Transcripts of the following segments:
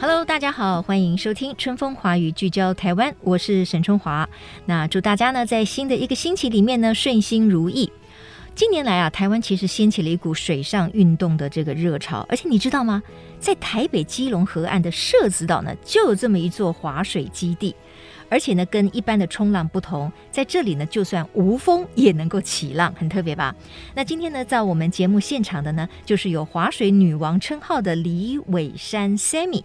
Hello，大家好，欢迎收听《春风华语》，聚焦台湾，我是沈春华。那祝大家呢，在新的一个星期里面呢，顺心如意。近年来啊，台湾其实掀起了一股水上运动的这个热潮，而且你知道吗？在台北基隆河岸的社子岛呢，就有这么一座划水基地，而且呢，跟一般的冲浪不同，在这里呢，就算无风也能够起浪，很特别吧？那今天呢，在我们节目现场的呢，就是有划水女王称号的李伟山 Sammy。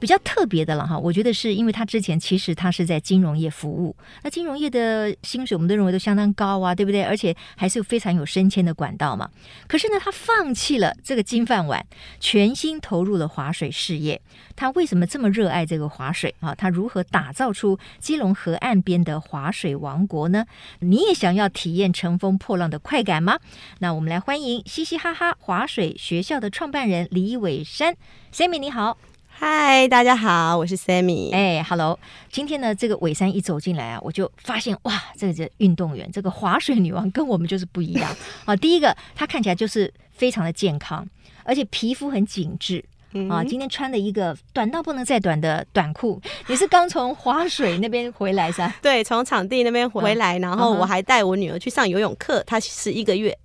比较特别的了哈，我觉得是因为他之前其实他是在金融业服务，那金融业的薪水我们都认为都相当高啊，对不对？而且还是非常有升迁的管道嘛。可是呢，他放弃了这个金饭碗，全心投入了划水事业。他为什么这么热爱这个划水啊？他如何打造出基隆河岸边的划水王国呢？你也想要体验乘风破浪的快感吗？那我们来欢迎嘻嘻哈哈划水学校的创办人李伟山，Sammy 你好。嗨，大家好，我是 Sammy。哎，Hello，今天呢，这个伟山一走进来啊，我就发现哇，这个这运动员，这个划水女王跟我们就是不一 样啊。第一个，她看起来就是非常的健康，而且皮肤很紧致。啊，今天穿的一个短到不能再短的短裤，你是刚从划水那边回来是吧？对，从场地那边回来，然后嗯哼我还带我女儿去上游泳课，她十一个月。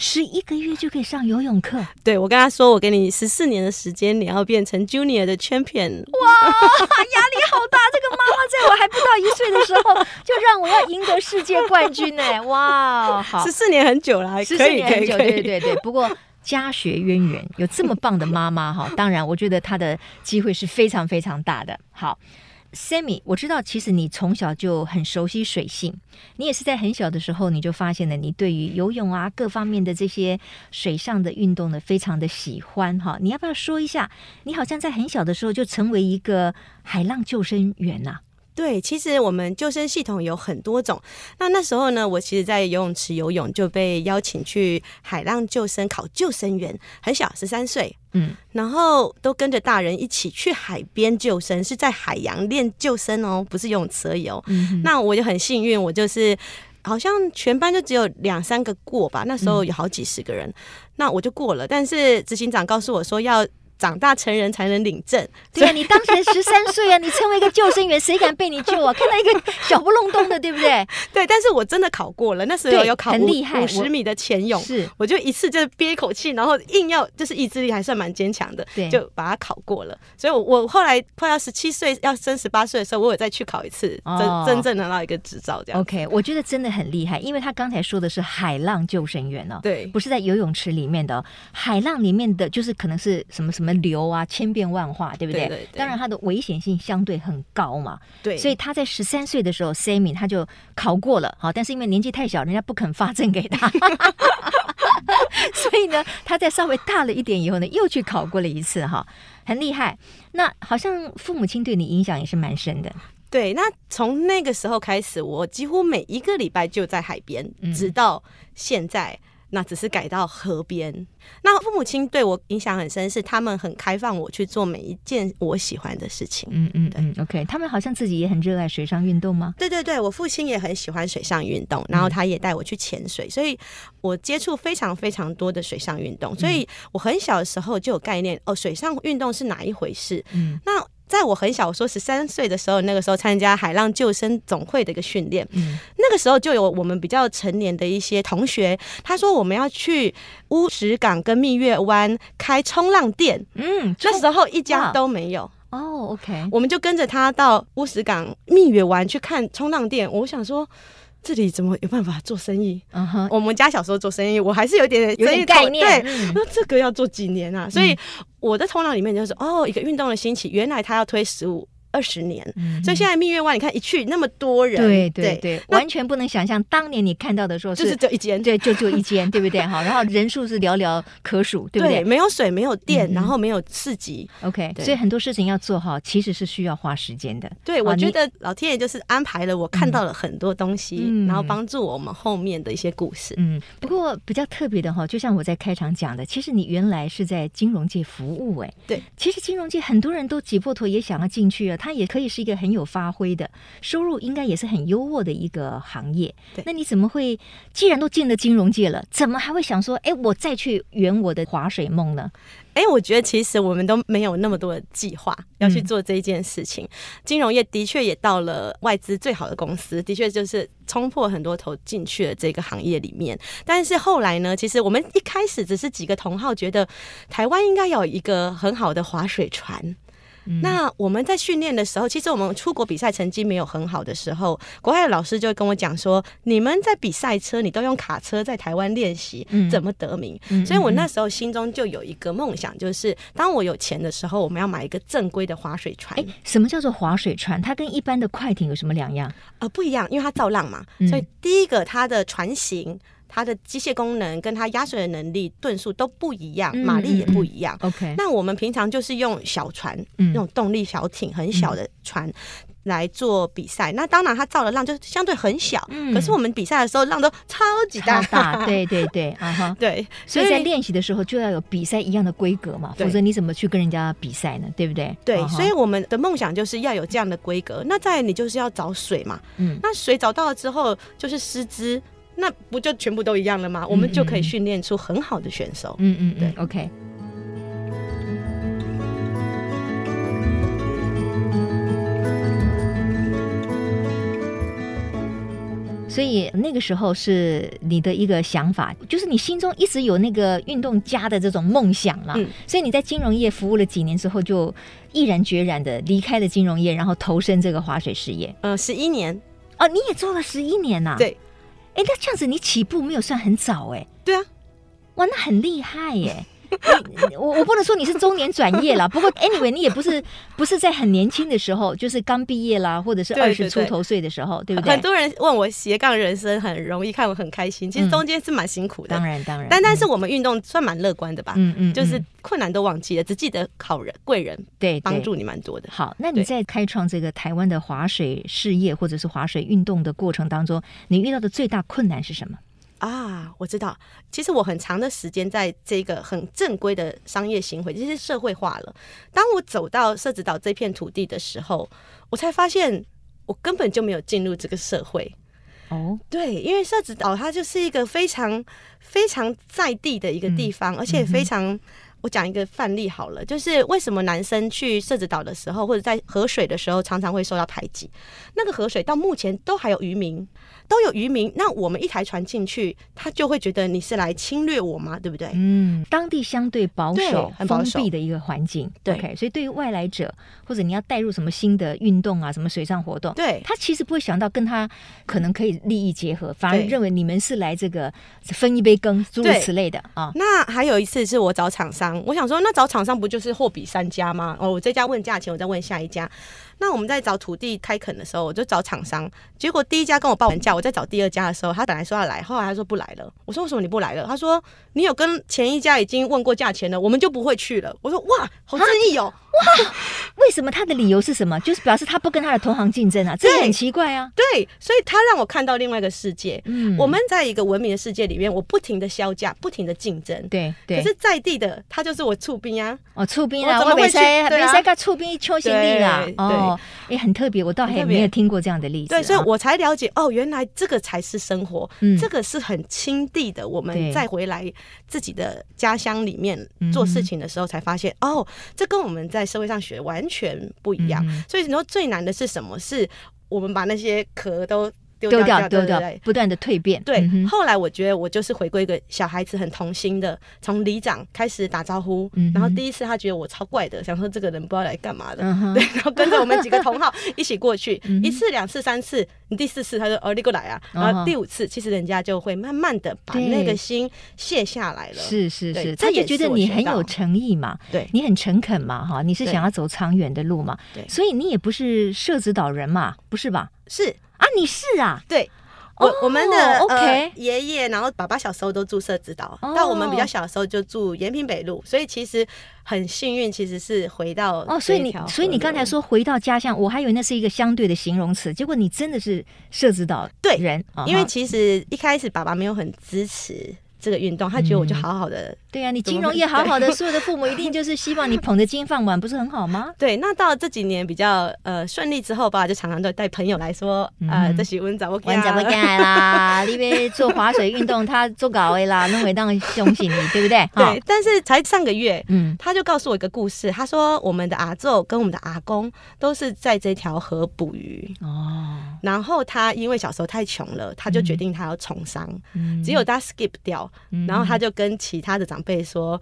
十一个月就可以上游泳课，对我跟她说，我给你十四年的时间，你要变成 Junior 的 Champion。哦压力好大！这个妈妈在我还不到一岁的时候，就让我要赢得世界冠军呢、哇，好十，四年很久了，十哎可四以年可很以久，可对以。对对。不过家学渊源，有这么棒的妈妈哈， 当然我觉得她的机会是非常非常大的。好，Sammy，我知道其实你从小就很熟悉水性，你也是在很小的时候你就发现了你对于游泳啊各方面的这些水上的运动呢非常的喜欢哈。你要不要说一下，你好像在很小的时候就成为一个海浪救生员啊呐、对，其实我们救生系统有很多种。那那时候呢，我其实，在游泳池游泳就被邀请去海浪救生考救生员，很小，十三岁。嗯，然后都跟着大人一起去海边救生，是在海洋练救生哦，不是游泳池而已哦。嗯那我就很幸运，我就是好像全班就只有两三个过吧，那时嗯候有好几十个人，那我就过了。但是执行长告诉我说要。长大成人才能领证， 对啊，你当时十三岁啊，你成为一个救生员，谁敢被你救啊？看到一个小不隆咚的，对不对？对，但是我真的考过了，那时候对有考很厉害五我十米的潜泳，是我就一次就憋一口气，然后硬要就是意志力还算蛮坚强的，对就把它考过了。所以我，我后来快要十七岁要升十八岁的时候，我有再去考一次，哦真真正拿到一个执照这样。 OK，我觉得真的很厉害，因为他刚才说的是海浪救生员哦，对不是在游泳池里面的、哦，海浪里面的就是可能是什么什么流啊，千变万化，对不对？对对对当然，它的危险性相对很高嘛，对，所以他在十三岁的时候，Sammy 他就考过了，哦好，但是因为年纪太小，人家不肯发证给 他，所以呢，他在稍微大了一点以后呢，又去考过了一次哈，很厉害。那好像父母亲对你影响也是蛮深的，对，那从那个时候开始，我几乎每一个礼拜就在海边，嗯直到现在。那只是改到河边。那父母亲对我影响很深，是他们很开放我去做每一件我喜欢的事情。嗯嗯嗯，OK，他们好像自己也很热爱水上运动吗？对对对，我父亲也很喜欢水上运动，然嗯后他也带我去潜水，所以我接触非常非常多的水上运动，所以嗯我很小的时候就有概念哦，水上运动是哪一回事？嗯那在我很小，我说十三岁的时候，那个时候参加海浪救生总会的一个训练，嗯那个时候就有我们比较成年的一些同学，他说我们要去乌石港跟蜜月湾开冲浪店，嗯，那时候一哇家都没有。哦，OK，我们就跟着他到乌石港蜜月湾去看冲浪店。我想说，这里怎么有办法做生意？嗯哼，我们家小时候做生意，我还是有点生有点意概头念，对，嗯那这个要做几年啊？所以我的头脑里面就是，哦，一个运动的兴起，原来他要推十五二十年。嗯所以现在蜜月湾，你看一去那么多人，对对对，那完全不能想象当年你看到的时候就是只有一间，对，就就一间，对不对？ 好，然后人数是寥寥可数，对不对没有水，没有电嗯，嗯然后没有刺激。 o k 对所以很多事情要做好，其实是需要花时间的。对，我啊觉你得老天爷就是安排了，我看到了很多东西，嗯然后帮助我们后面的一些故事。嗯，不过比较特别的哈，就像我在开场讲的，其实你原来是在金融界服务，哎，对，其实金融界很多人都挤破头也想要进去啊，它也可以是一个很有发挥的，收入应该也是很优渥的一个行业对。那你怎么会，既然都进了金融界了，怎么还会想说，哎，我再去圆我的划水梦呢？哎、我觉得其实我们都没有那么多的计划要去做这一件事情。金融业的确也到了外资最好的公司，的确就是冲破很多头进去了这个行业里面。但是后来呢，其实我们一开始只是几个同好觉得台湾应该有一个很好的划水船。那我们在训练的时候，其实我们出国比赛成绩没有很好的时候，国外的老师就会跟我讲说：“你们在比赛车，你都用卡车在台湾练习嗯，怎么得名？”嗯所以我那时候心中就有一个梦想，就是当我有钱的时候，我们要买一个正规的划水船哎。，什么叫做划水船？它跟一般的快艇有什么两样？呃，不一样，因为它造浪嘛，嗯所以第一个它的船型、它的机械功能跟它压水的能力、吨数都不一样，嗯马力也不一样。 OK，那我们平常就是用小船，嗯那种动力小艇，很小的船。来做比赛，那当然它造的浪就相对很小，嗯可是我们比赛的时候浪都超级大，超大，对对对，啊 哈。对，所以在练习的时候就要有比赛一样的规格嘛，对否则你怎么去跟人家比赛呢？对不对？对，啊哈所以我们的梦想就是要有这样的规格。那再来你就是要找水嘛，嗯那水找到了之后就是师资，那不就全部都一样了吗？我们就可以训练出很好的选手。嗯嗯嗯对，OK。所以那个时候是你的一个想法，就是你心中一直有那个运动家的这种梦想啦。嗯所以你在金融业服务了几年之后，就毅然决然的离开了金融业，然后投身这个划水事业。嗯，十一、年，哦，你也做了十一年呐、对，哎，那这样子你起步没有算很早哎、对啊，哇，那很厉害耶！你我我不能说你是中年转业 啦，不过 anyway 你也不是不是在很年轻的时候，就是刚毕业啦，或者是对二对十出头岁的时候，对很不对？多人问我斜杠人生很容易，看我很开心，其实嗯中间是蛮辛苦的，当然当然，但但是嗯我们运动算蛮乐观的吧，嗯嗯，就是嗯困难都忘记了，只记得好人贵人对帮。助对你蛮多的。好，那你对在开创这个台湾的划水事业或者是划水运动的过程当中，你遇到的最大困难是什么？啊，我知道。其实我很长的时间在这个很正规的商业行为，就是社会化了。当我走到社子岛这片土地的时候，我才发现我根本就没有进入这个社会。哦，对，因为社子岛它就是一个非常非常在地的一个地方，而且非常。我讲一个范例好了，就是为什么男生去社子岛的时候，或者在河水的时候，常常会受到排挤。那个河水到目前都还有渔民，都有渔民。那我们一台船进去，他就会觉得你是来侵略我吗？对不对？嗯，当地相对保守对、很保守封闭的一个环境，对 o k 所以对于外来者，或者你要带入什么新的运动啊，什么水上活动，对他其实不会想到跟他可能可以利益结合，反而对认为你们是来这个分一杯羹，诸如对此类的啊。那还有一次是我找厂商，我想说，那找厂商不就是货比三家吗？哦，我这家问价钱，我再问下一家。那我们在找土地开垦的时候，我就找厂商，结果第一家跟我报完价，我在找第二家的时候，他本来说要来，后来他说不来了。我说为什么你不来了？他说你有跟前一家已经问过价钱了，我们就不会去了。我说哇，好正义哦！为什么他的理由是什么？就是表示他不跟他的同行竞争啊，这也对很奇怪啊。对，所以他让我看到另外一个世界。嗯我们在一个文明的世界里面，我不停的削价，不停的竞争。对可对，是，在地的他就是我厝边啊，哦，厝边我啊，怎么我会没去塞对没啊塞个厝边求心力啦对。对哦，也很特别，我倒很还特别没有听过这样的例子啊。对，所以我才了解哦，原来这个才是生活，嗯这个是很亲地的。我们对再回来自己的家乡里面嗯哼做事情的时候，才发现、哦，这跟我们在社会上学完全不一样。嗯哼所以你说最难的是什么？是我们把那些壳都丢丢掉掉丢掉对对，不断的蜕变。对，嗯哼后来我觉得我就是回归一个小孩子很童心的，从里长开始打招呼，嗯哼然后第一次他觉得我超怪的，想说这个人不知道来干嘛的，嗯 哼对，然后跟着我们几个同好一起过去， 嗯哼一次、两次、三次，你第四次他就哦你过来啊，哦然后第五次其实人家就会慢慢的把对那个心卸下来了，是是对是，这他就也觉是得我你学很有到诚意嘛，对你很诚恳嘛，哈，你是对想要走长远的路嘛，对所以你也不是社子岛人嘛，不是吧？是啊，你是啊，对。我哦我们的呃 OK 爷爷，然后爸爸小时候都住社子岛，哦到我们比较小的时候就住延平北路，所以其实很幸运，其实是回到哦，所以这你条所以河你刚流才说回到家乡，我还以为那是一个相对的形容词，结果你真的是社子岛对人，啊因为哈其实一开始爸爸没有很支持这个运动，他觉得我就好好的。对啊，你怎么金融会业好 好的，对所有的父母一定就是希望你捧着金饭碗，不是很好吗？对，那到这几年比较呃顺利之后，爸爸就常常都带朋友来说，嗯呃，这是温早我玩怎么样啦？你别做滑水运动，他做搞的啦，弄回当凶行你，对不对？哈 对，，但是才上个月，嗯，他就告诉我一个故事，他说我们的阿昼跟我们的阿公都是在这条河捕鱼，哦，然后他因为小时候太穷了，他就决定他要从商，嗯只有他 skip 掉，嗯然后他就跟其他的长辈说，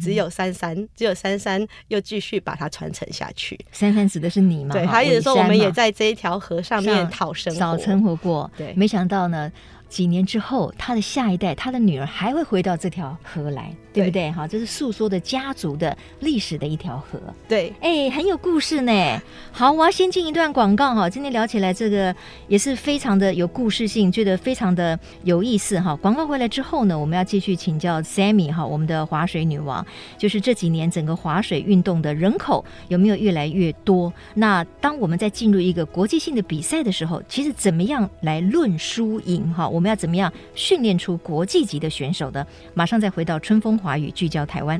只有珊珊，只有珊珊又继续把它传承下去。珊珊指的是你嘛？对，哈他一直说尾我山们也嘛在这一条河上面上讨生活。早生活过，对没想到呢。几年之后，他的下一代，他的女儿还会回到这条河来，对不对？哈，这是诉说的家族的历史的一条河，对，哎，很有故事呢。好，我要先进一段广告哈。今天聊起来这个也是非常的有故事性，觉得非常的有意思哈。广告回来之后呢，我们要继续请教 Sammy 哈，我们的划水女王，就是这几年整个划水运动的人口有没有越来越多？那当我们在进入一个国际性的比赛的时候，其实怎么样来论输赢哈？我们要怎么样训练出国际级的选手呢？马上再回到春风华语，聚焦台湾。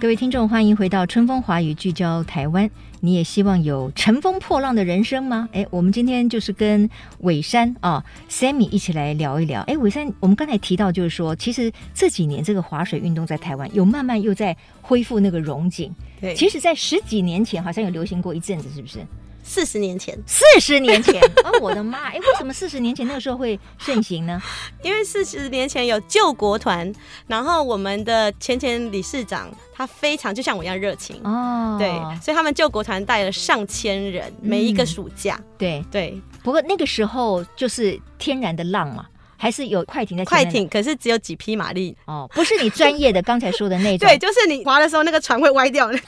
各位听众，欢迎回到春风华语，聚焦台湾。你也希望有乘风破浪的人生吗？哎，我们今天就是跟伟山啊，Sammy 一起来聊一聊。哎，伟山，我们刚才提到就是说，其实这几年这个划水运动在台湾有慢慢又在恢复那个荣景。对其实，在十几年前好像有流行过一阵子，是不是？四十年前，四十年 前啊、我的妈！哎，为什么四十年前那个时候会盛行呢？因为四十年前有救国团，然后我们的前前理事长他非常就像我一样热情。哦，对，所以他们救国团带了上千人，每一嗯个暑假，对，对，不过那个时候就是天然的浪嘛，还是有快艇在前快面的艇，可是只有几匹马力。哦，不是你专业的刚才说的那 种。对，就是你划的时候，那个船会歪掉，很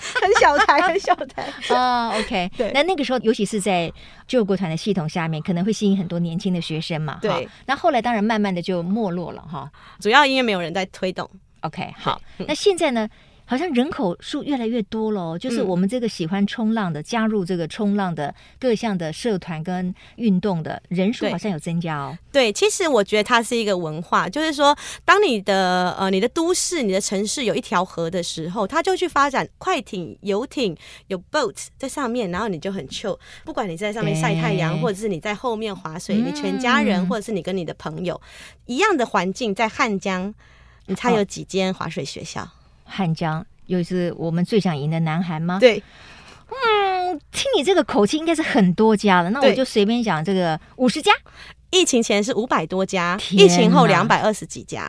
小台，很小 台。哦，OK，对那那个时候，尤其是在救国团的系统下面，可能会吸引很多年轻的学生嘛。哈对，那后来当然慢慢的就没落了哈。主要因为没有人在推动， OK，好，嗯那现在呢，好像人口数越来越多了哦，就是嗯我们这个喜欢冲浪的，加入这个冲浪的各项的社团跟运动的人数对好像有增加哦。对，其实我觉得它是一个文化，就是说，当你的呃你的都市、你的城市有一条河的时候，它就去发展快艇、游艇，有 boat 在上面，然后你就很 chill，不管你在上面晒太阳，对或者是你在后面划水，嗯你全家人或者是你跟你的朋友一样的环境，在汉江，你猜哦有几间划水学校？汉江。又是我们最想赢的南韩吗？对，嗯，听你这个口气，应该是很多家了。那我对就随便讲这个五十家，疫情前是五百多家，天疫情后哪两百二十几 家。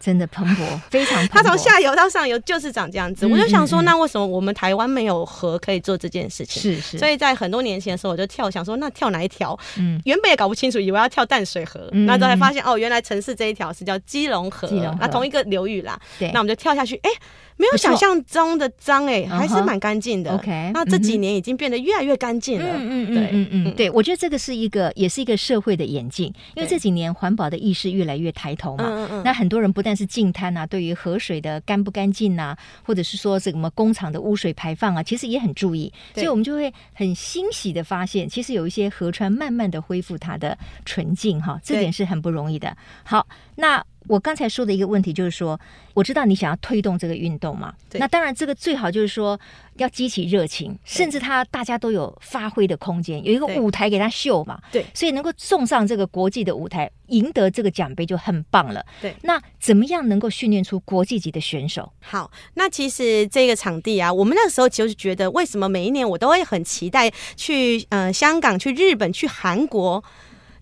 真的蓬 勃，非常蓬勃。它从下游到上游就是长这样子，嗯我就想说，嗯嗯那为什么我们台湾没有河可以做这件事情？是是，所以以在很多年前的时候，我就跳，想说那跳哪一条？嗯，原本也搞不清楚，以为要跳淡水河，嗯那之后才发现哦，原来城市这一条是叫基隆河，基隆河那同一个流域啦。对，那我们就跳下去，哎、没有不错想象中的脏哎、还嗯是哼蛮干净的。 OK，那这几嗯年已经变得越来越干净了。嗯嗯对嗯嗯嗯，嗯对，我觉得这个是一个，也是一个社会的演进，因为对这几年环保的意识越来越抬头嘛。嗯嗯嗯那很多人不但是净滩啊，对于河水的干不干净啊，或者是说什么工厂的污水排放啊，其实也很注意。对所以我们就会很欣喜的发现，其实有一些河川慢慢的恢复它的纯净哈，这对点是很不容易的。好，那我刚才说的一个问题就是说，我知道你想要推动这个运动嘛，对那当然这个最好就是说要激起热情，甚至他大家都有发挥的空间，有一个对舞台给他秀嘛，对所以能够送上这个国际的舞台，赢得这个奖杯就很棒了。对那怎么样能够训练出国际级的选手？好，那其实这个场地啊，我们那时候就是觉得，为什么每一年我都会很期待去呃香港、去日本、去韩国，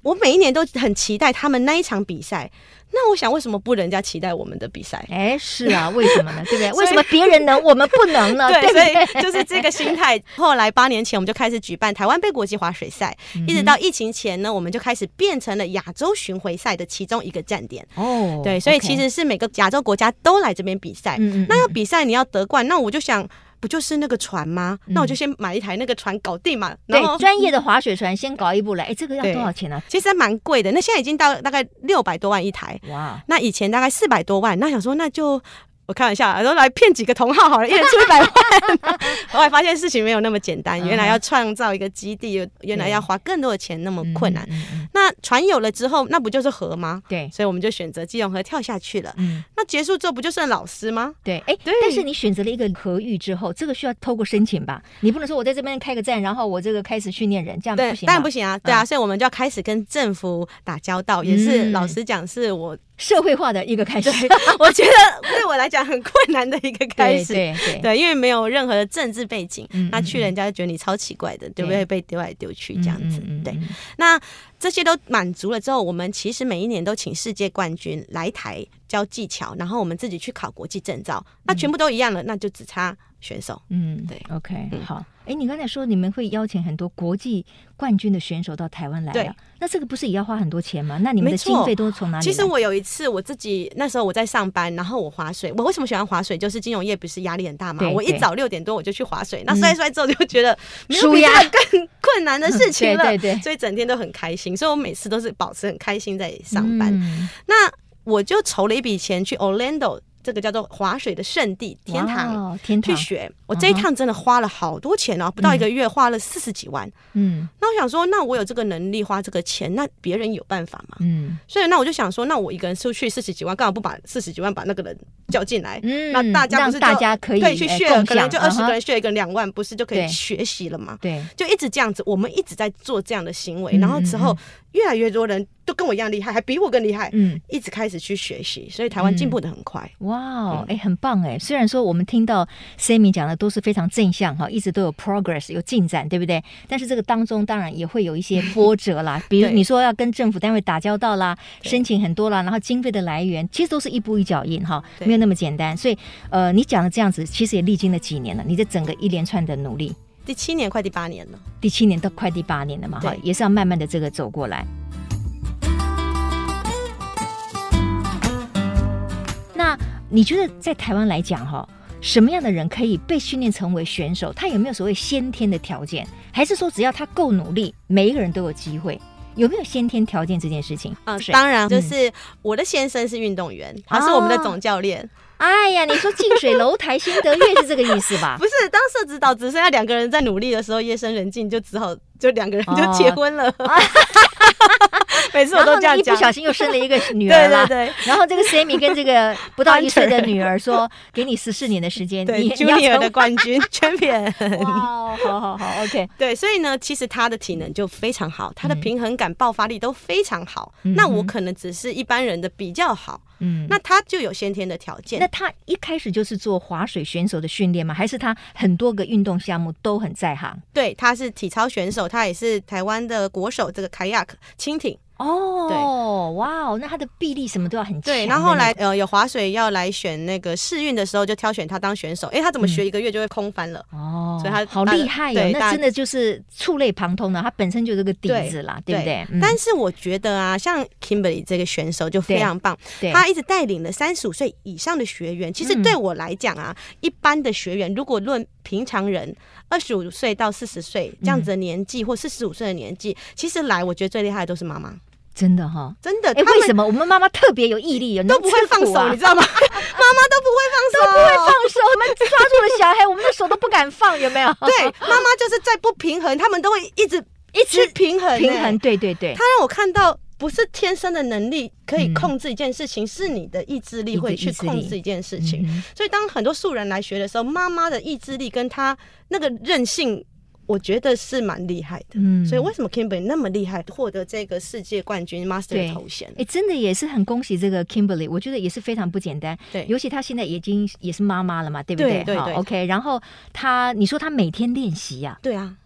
我每一年都很期待他们那一场比赛。那我想，为什么不人家期待我们的比赛？哎，是啊，为什么 呢？对不对？为什么别人能，我们不能呢？对，不对？所以就是这个心态。后来八年前我们就开始举办台湾杯国际滑水赛，一嗯直到疫情前呢，我们就开始变成了亚洲巡回赛的其中一个站点。哦，对，所以 OK 其实是每个亚洲国家都来这边比赛。嗯嗯嗯那要比赛，你要得冠，那我就想。不就是那个船吗？那我就先买一台那个船搞定嘛。然后嗯对专业的划水船先搞一步来，哎，这个要对多少钱呢、其实还蛮贵的，那现在已经到大概六百多万一台，哇，那以前大概四百多万。那想说那就我开玩笑啊，然后来骗几个同号好了，一人出一百万。 后来发现事情没有那么简啊单，原来要创造一个基地，原来要花更多的钱，那么困难。嗯嗯那船有了之后，那不就是河吗？对，所以我们就选择基隆河跳下去了。嗯，那结束之后不就剩老师吗？对，哎，对但是你选择了一个合域之后，这个需要透过申请吧？你不能说我在这边开个站，然后我这个开始训练人，这样对不，行吧，当然不行啊，对啊，所以我们就要开始跟政府打交道，也是嗯老实讲，是我社会化的一个开始， 我觉得对我来讲很困难的一个开对始，对对对因为没有任何的政治背景嗯，那嗯去人家就觉得你超奇怪的，对不对？被丢来丢去这样子嗯嗯嗯，对嗯。那这些都满足了之后，我们其实每一年都请世界冠军来台教技巧，然后我们自己去考国际证照，那全部都一样了，那就只差选手。嗯，对，OK，、嗯好。哎，你刚才说你们会邀请很多国际冠军的选手到台湾来对啊，那这个不是也要花很多钱吗？那你们的没错经费都从哪里来？其实我有一次我自己那时候我在上班，然后我划水。我为什么喜欢划水？就是金融业不是压力很大嘛对，我一对嗯早六点多我就去划水，那摔一摔之后就觉得没有舒比这压个更困难的事情了， 对对对所以整天都很开心。所以我每次都是保持很开心在上班。嗯那我就筹了一笔钱去 Orlando 这个叫做划水的圣地天堂。哇哦天去堂，学，我这一趟真的花了好多钱哦、不到一个月花了四十几万。嗯那我想说，那我有这个能力花这个钱，那别人有办法吗？嗯所以那我就想说，那我一个人出去四十几万，干嘛不把四十几万把那个人叫进来？嗯，那大家不让是就大家可以对去呃 share，、共可能享，就二十嗯个哼人 share 一个人两万，不是就可对以学习了吗？对，就一直这样子，我们一直在做这样的行为，嗯然后之嗯后越来越多人都跟我一样厉害，还比我更厉害，嗯。一直开始去学习，所以台湾进步的很快。哇嗯哦，哎，很棒哎！虽然说我们听到 Sammy 讲的都是非常正向哈，一直都有 progress 有进展，对不对？但是这个当中当然也会有一些波折 啦，比如对你说要跟政府单位打交道啦，对申请很多啦，然后经费的来源其实都是一步一脚印哈，对没有那么简单。所以呃，你讲的这样子，其实也历经了几年了，你这整个一连串的努力，第七年快第八年了，第七年到快第八年了嘛哈对，也是要慢慢的这个走过来。那你觉得在台湾来讲哈，什么样的人可以被训练成为选手？他有没有所谓先天的条件，还是说只要他够努力，每一个人都有机会？有没有先天条件这件事情？嗯、是当然就是我的先生是运动员，他哦是我们的总教练，哎呀，你说近水楼台先得月是这个意思吧？不是当社指导只剩下两个人在努力的时候，夜深人静就只好就两个人就结婚了， 每次我然都后这样呢，一不讲，小心又生了一个女对儿 啦对。对。然后这个 Sammy 跟 这个不到一岁的女儿说：“给你十四年的时间，对你你要，Junior 成的冠军 champion，哇哦，好好好，OK， 对，所以呢，其实他的体能就非常好，他的嗯平衡感、爆发力都非常好。嗯那我哼可能只是一般人的比较好，嗯那他就有先天的条件。那他一开始就是做划水选手的训练吗？还是他很多个运动项目都很在行？对，他是体操选手，他也是台湾的国手，这个 kayak 蜻蜓。哦，哇哦，那他的臂力什么都要很强的那对，种。然后后来呃有划水要来选那个试运的时候，就挑选他当选手。哎，嗯他怎么学一个月就会空翻了？哦，所以他好厉害哦对，那大真的就是触类旁通的，他本身就是个底子啦，对不对？嗯但是我觉得啊，像 Kimberly 这个选手就非常棒，对他一直带领了三十五岁以上的学员。其实嗯对我来讲啊，一般的学员如果论平常人，二十五岁到四十岁这样子的嗯年纪，或四十五岁的年纪，其实来我觉得最厉害的都是妈妈，真的哈、真的，哎，呃他为们什么我们妈妈特别有毅力，有都不会放手，你知道？道吗？妈 妈都不会放手，啊不会放手，我们抓住了小孩，我们的手都不敢放，有 没有？对，妈妈就是在不平衡，他们都会一直一直去平衡、平衡，欸对对对他，让我看到不是天生的能力可以嗯控制一件事情，是你的意志力会你的去意志力控制一件事情。嗯所以当很多素人来学的时候，妈妈的意志力跟她那个韧性，我觉得是蛮厉害的。嗯所以为什么 Kimberly 那么厉害，获得这个世界冠军 Master 对的头衔哎、？真的也是很恭喜这个 Kimberly，我觉得也是非常不简单。对尤其她现在已经也是妈妈了嘛，对不对对好对，OK。然后她，你说她每天练习呀、对啊，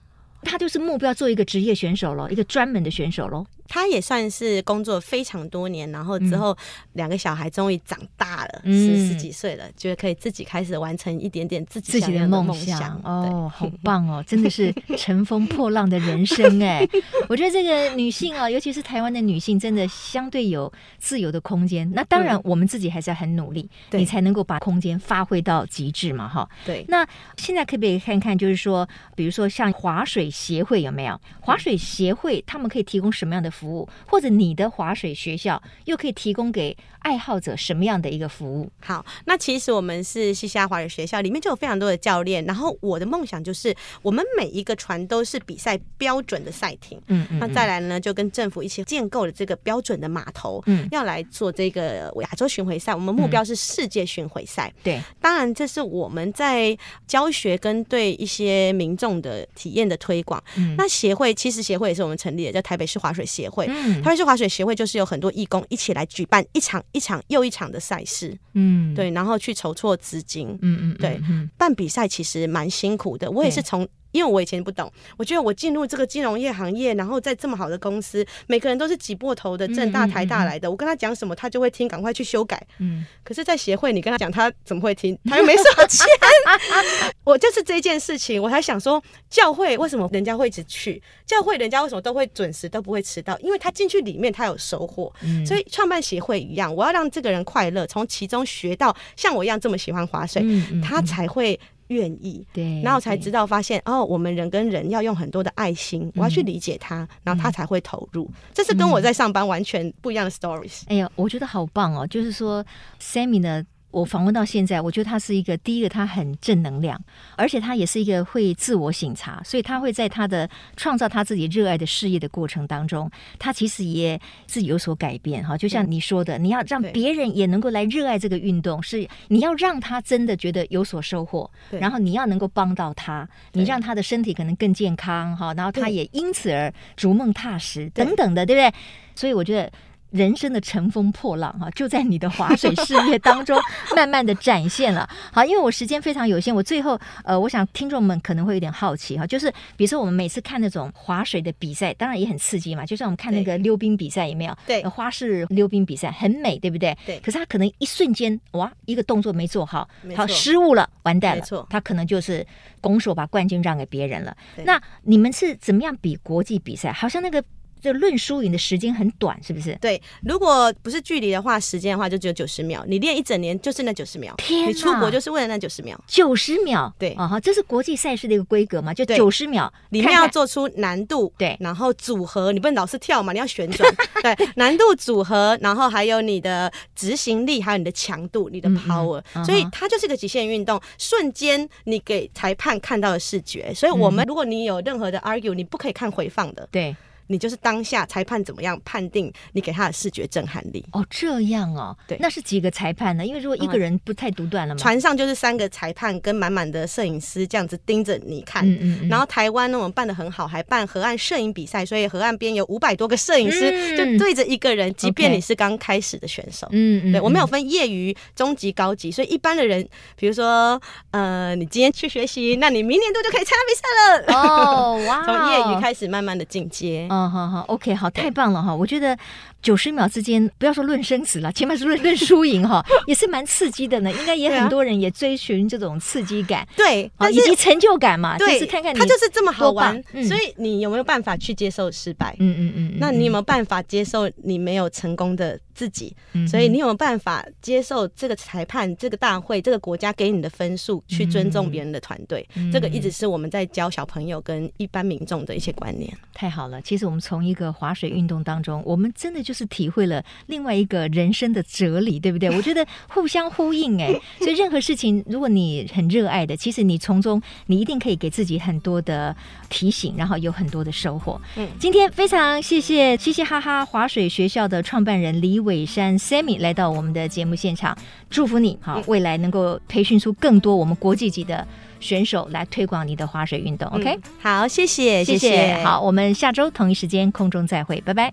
她就是目标做一个职业选手咯，一个专门的选手咯。他也算是工作非常多年，然后之后两个小孩终于长大了，嗯十十几岁了，觉得可以自己开始完成一点点自己自己想要的的梦想。想对哦， 好棒哦，真的是乘风破浪的人生 哎！我觉得这个女性哦，尤其是台湾的女性，真的相对有自由的空间。那当然，我们自己还是要很努力，对你才能够把空间发挥到极致嘛，哈。对，那现在可不可以看看，就是说，比如说像划水协会有没有？划水协会他们可以提供什么样的服务，或者你的划水学校又可以提供给爱好者什么样的一个服务？好，那其实我们是西夏华语学校，里面就有非常多的教练。然后我的梦想就是，我们每一个船都是比赛标准的赛艇。嗯嗯那再来呢，就跟政府一起建构了这个标准的码头，嗯要来做这个亚洲巡回赛。我们目标是世界巡回赛。对，当然，这是我们在教学跟对一些民众的体验的推广。嗯那协会其实协会也是我们成立的，叫台北市划水协会。嗯台北市划水协会就是有很多义工一起来举办一场一场又一场的赛事，嗯，对，然后去筹措资金。嗯，嗯嗯，对嗯办比赛其实蛮辛苦的，我也是从。因为我以前不懂，我觉得我进入这个金融业行业，然后在这么好的公司，每个人都是挤破头的，正大嗯嗯台大来的，我跟他讲什么，他就会听，赶快去修改。嗯可是，在协会你跟他讲，他怎么会听？他又没收钱。 我就是这件事情，我才想说，教会为什么人家会一直去？教会人家为什么都会准时，都不会迟到？因为他进去里面，他有收获。嗯所以以创办协会一样，我要让这个人快乐，从其中学到像我一样这么喜欢划水，嗯嗯他才会愿意。对，然后才知道，道，发现哦，我们人跟人要用很多的爱心，我要嗯去理解他，然后他才会投入。这是跟我在上班完全不一样的 stories。哎呀，我觉得好棒哦，就是说 Sammy 呢。我访问到现在，我觉得他是一个第一个，他很正能量，而且他也是一个会自我省察，所以他会在他的创造他自己热爱的事业的过程当中，他其实也是有所改变哈。就像你说的，你要让对别人也能够来热爱这个运动，是你要让他真的觉得有所收获，对然后你要能够帮到他，你对让他的身体可能更健康哈，然后他对也因此而逐梦踏实对等等的，对不对？所以我觉得。人生的乘风破浪哈、就在你的划水事业当中慢慢的展现了。好，因为我时间非常有限，我最后呃，我想听众们可能会有点好奇哈，就是比如说我们每次看那种划水的比赛，当然也很刺激嘛，就像我们看那个溜冰比赛有没有？对呃花式溜冰比赛很美，对不对？对可是他可能一瞬间哇，一个动作没做好，没好错失误了，完蛋了，没错他可能就是拱手把冠军让给别人了。对那你们是怎么样比国际比赛？好像那个这论输赢的时间很短，是不是？对，如果不是距离的话，时间的话就只有九十秒。你练一整年就是那九十秒，天哪你出国就是为了那九十秒。九十秒，对啊哈，这是国际赛事的一个规格嘛，就对九十秒，里面看要看做出难度，对然后组合，你不能老是跳嘛，你要旋 转，对，难度组合，然后还有你的执行力，还有你的强度，你的嗯嗯 power，、嗯所以哼它就是个极限运动，瞬间你给裁判看到的视觉，所以我嗯们、如果你有任何的 argue，你不可以看回放的，对你就是当下裁判怎么样判定你给他的视觉震撼力。哦，这样哦，对啊那是几个裁判呢？因为如果一个人不太独断了嘛，船上就是三个裁判跟满满的摄影师这样子盯着你看，嗯嗯嗯然后台湾呢，我们办的很好，还办河岸摄影比赛，所以河岸边有五百多个摄影师、嗯就对着一个人，即便 OK 你是刚开始的选手。嗯嗯，对，我们有嗯分业余、中级、高级，所以一般的人，比如说，呃，你今天去学习，那你明年度就可以参加比赛了。哦，哇，从业余。开始，慢慢的进阶。哦，好好，OK，好，太棒了哈！我觉得九十秒之间，不要说论生死了，起码是论论输 赢哈，也是蛮刺激的呢。应该也对啊很多人也追寻这种刺激感，对，啊，但以是及成就感嘛，就对，是看看你他就是这么好多棒玩，嗯所以你有没有办法去接受失败？嗯嗯嗯，嗯那你有没有办法接受你没有成功的自己？嗯所以你有没有办法接受这个裁判、这个大会、这个国家给你的分数，去尊重别人的团队？这个一直是我们在教小朋友跟一般民众的一些观念。太好了，其实次我们从一个划水运动当中，我们真的就是体会了另外一个人生的哲理，对不 对？我觉得互相呼应哎、所以任何事情，如果你很热爱的，其实你从中你一定可以给自己很多的提醒，然后有很多的收获。嗯今天非常谢谢嘻嘻哈哈划水学校的创办人李伟山 Sammy 来到我们的节目现场，祝福你嗯好，未来能够培训出更多我们国际级的选手来推广你的划水运动。OK，、嗯好，谢谢，谢谢谢。，好，我们下周同一时间空中再会，拜拜。